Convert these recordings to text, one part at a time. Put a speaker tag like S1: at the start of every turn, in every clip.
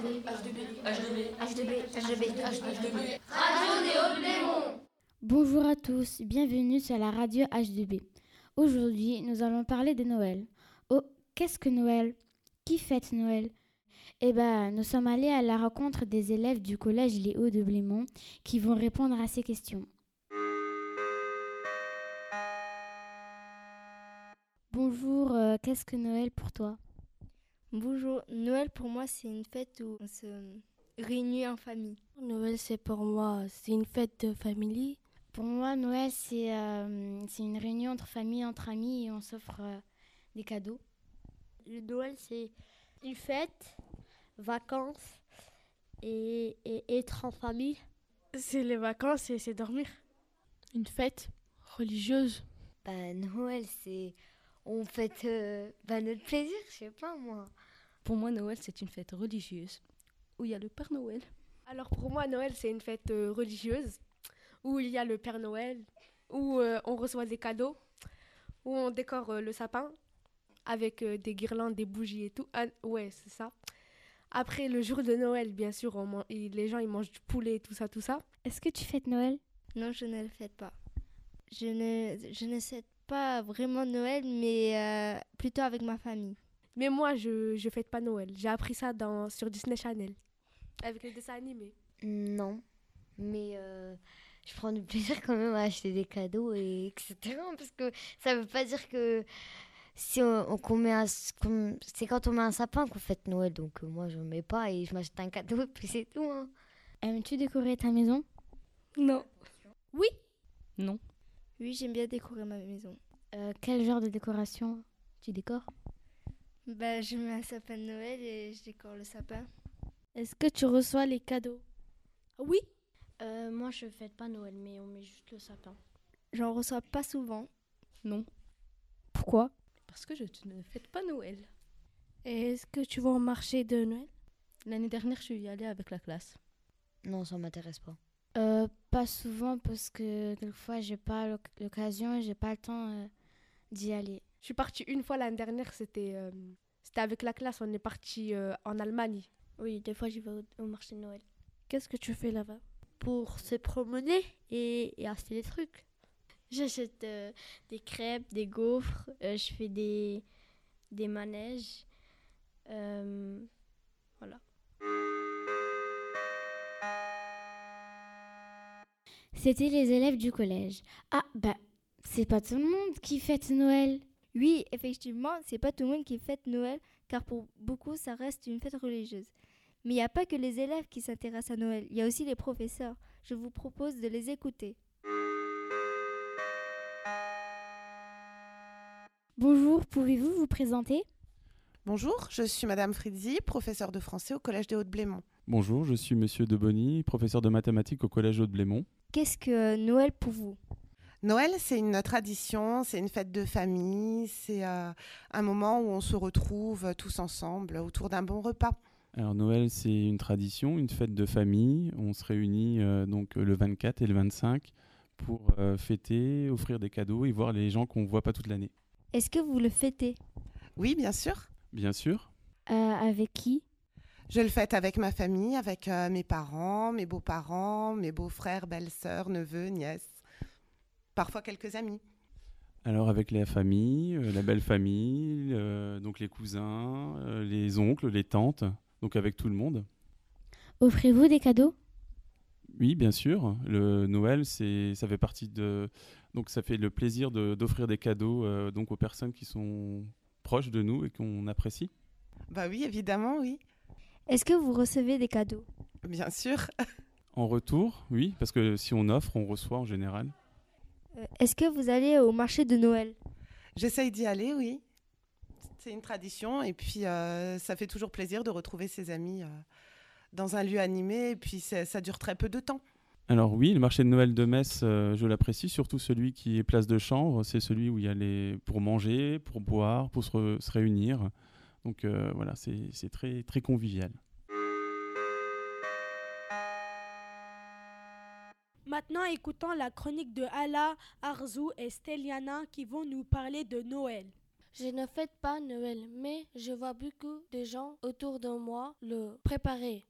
S1: H2B,
S2: H2B, H2B, H2B.
S1: Radio Néo-Blémont.
S3: Bonjour à tous, bienvenue sur la radio H2B. Aujourd'hui, nous allons parler de Noël. Oh, qu'est-ce que Noël Qui fête Noël Eh ben, nous sommes allés à la rencontre des élèves du collège Les Hauts de Blémont qui vont répondre à ces questions. Bonjour, euh, qu'est-ce que Noël pour toi
S4: Bonjour, Noël pour moi c'est une fête où on se réunit en famille.
S5: Noël, c'est pour moi, c'est une fête de famille.
S3: Pour moi, Noël, c'est euh, c'est une réunion entre famille, entre amis et on s'offre euh, des cadeaux.
S6: Le Noël, c'est une fête, vacances et, et être en famille.
S7: C'est les vacances et c'est dormir.
S5: Une fête religieuse.
S8: Bah, Noël, c'est. On fête euh, bah, notre plaisir, je sais pas moi.
S9: Pour moi, Noël, c'est une fête religieuse où il y a le Père Noël.
S10: Alors pour moi, Noël, c'est une fête euh, religieuse où il y a le Père Noël, où euh, on reçoit des cadeaux, où on décore euh, le sapin avec euh, des guirlandes, des bougies et tout. Ah, ouais, c'est ça. Après, le jour de Noël, bien sûr, on man- et les gens, ils mangent du poulet, tout ça, tout ça.
S3: Est-ce que tu fêtes Noël
S4: Non, je ne le fête pas. Je ne, je ne fête pas vraiment Noël, mais euh, plutôt avec ma famille.
S10: Mais moi, je je fête pas Noël. J'ai appris ça dans, sur Disney Channel, avec les dessins animés.
S8: Non, mais euh, je prends du plaisir quand même à acheter des cadeaux et etc. Parce que ça veut pas dire que si on, on- qu'on met un, s- qu'on- c'est quand on met un sapin qu'on fête Noël. Donc euh, moi je mets pas et je m'achète un cadeau et puis c'est tout. hein.
S3: Aimes-tu décorer ta maison
S4: Non.
S9: Non.
S4: Oui, j'aime bien décorer ma maison.
S3: Euh, Quel genre de décoration tu décores
S4: Bah, je mets un sapin de Noël et je décore le sapin.
S5: Est-ce que tu reçois les cadeaux
S3: Ah
S5: Oui.
S6: Euh, moi, je fête pas Noël, mais on met juste le sapin.
S4: J'en reçois pas souvent.
S9: Non.
S3: Pourquoi
S9: Parce que je ne fête pas Noël.
S5: Et est-ce que tu vas au marché de Noël
S9: L'année dernière, je suis allée avec la classe.
S8: Non, ça m'intéresse pas.
S3: Euh, Pas souvent parce que quelquefois j'ai pas l'oc- l'occasion, j'ai pas le temps euh, d'y aller.
S10: Je suis partie une fois l'année dernière, c'était euh, c'était avec la classe, on est parti euh, en Allemagne.
S6: Oui, des fois, j'y vais au, au marché de Noël.
S5: Qu'est-ce que tu fais là-bas
S6: Pour se promener et, et acheter des trucs. J'achète euh, des crêpes, des gaufres, euh, je fais des, des manèges. Euh,
S3: C'était les élèves du collège. Ah bah, c'est pas tout le monde qui fête Noël.
S4: Oui, effectivement, c'est pas tout le monde qui fête Noël, car pour beaucoup, ça reste une fête religieuse. Mais il n'y a pas que les élèves qui s'intéressent à Noël, il y a aussi les professeurs. Je vous propose de les écouter.
S3: Bonjour, pouvez-vous vous présenter
S11: Bonjour, je suis Madame Frizzi, professeure de français au Collège des Hauts-de-Blémont.
S12: Bonjour, je suis Monsieur Debonny, professeur de mathématiques au Collège de Blémont.
S4: Qu'est-ce que Noël pour vous
S11: Noël, c'est une tradition, c'est une fête de famille, c'est euh, un moment où on se retrouve euh, tous ensemble autour d'un bon repas.
S12: Alors Noël, c'est une tradition, une fête de famille. On se réunit euh, donc le 24 et le 25 pour euh, fêter, offrir des cadeaux et voir les gens qu'on ne voit pas toute l'année.
S4: Est-ce que vous le fêtez
S11: Oui, bien sûr.
S12: Bien sûr.
S3: Euh, Avec qui
S11: Je le fête avec ma famille, avec euh, mes parents, mes beaux-parents, mes beaux-frères, belles-sœurs, neveux, nièces, parfois quelques amis.
S12: Alors avec la famille, euh, la belle famille, euh, donc les cousins, euh, les oncles, les tantes, donc avec tout le monde.
S3: Offrez-vous des cadeaux
S12: Oui, bien sûr. Le Noël, c'est, ça fait partie de, donc ça fait le plaisir de- d'offrir des cadeaux euh, donc aux personnes qui sont proches de nous et qu'on apprécie.
S11: Bah oui, évidemment, oui.
S4: Est-ce que vous recevez des cadeaux
S11: Bien sûr.
S12: En retour, oui, parce que si on offre, on reçoit en général.
S4: Euh, Est-ce que vous allez au marché de Noël
S11: J'essaye d'y aller, oui. C'est une tradition et puis euh, ça fait toujours plaisir de retrouver ses amis euh, dans un lieu animé et puis c'est- ça dure très peu de temps.
S12: Alors oui, le marché de Noël de Metz, euh, je l'apprécie, surtout celui qui est place de chambre, c'est celui où il y a les pour manger, pour boire, pour se, re- se réunir. Donc euh, voilà, c'est c'est très, très convivial.
S13: Maintenant, écoutons la chronique de Ala, Arzou et Steliana qui vont nous parler de Noël.
S14: Je ne fête pas Noël, mais je vois beaucoup de gens autour de moi le préparer.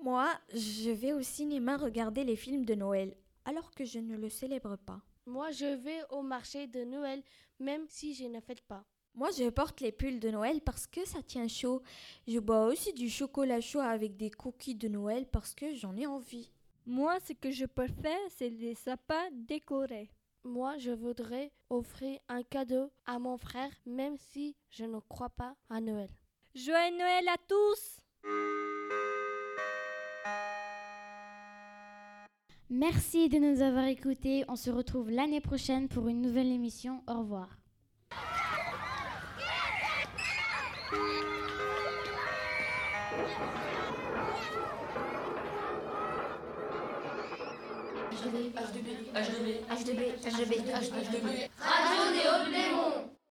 S15: Moi, je vais au cinéma regarder les films de Noël, alors que je ne le célèbre pas.
S14: Moi, je vais au marché de Noël, même si je ne fête pas.
S15: Moi, je porte les pulls de Noël parce que ça tient chaud. Je bois aussi du chocolat chaud avec des cookies de Noël parce que j'en ai envie.
S4: Moi, ce que je peux faire, c'est des sapins décorés.
S14: Moi, je voudrais offrir un cadeau à mon frère, même si je ne crois pas à Noël.
S4: Joyeux Noël à tous
S3: Merci de nous avoir écoutés. On se retrouve l'année prochaine pour une nouvelle émission. Au revoir.
S16: HDB, HDB, HDB,
S17: HDB, HDB, HDB.
S16: Radio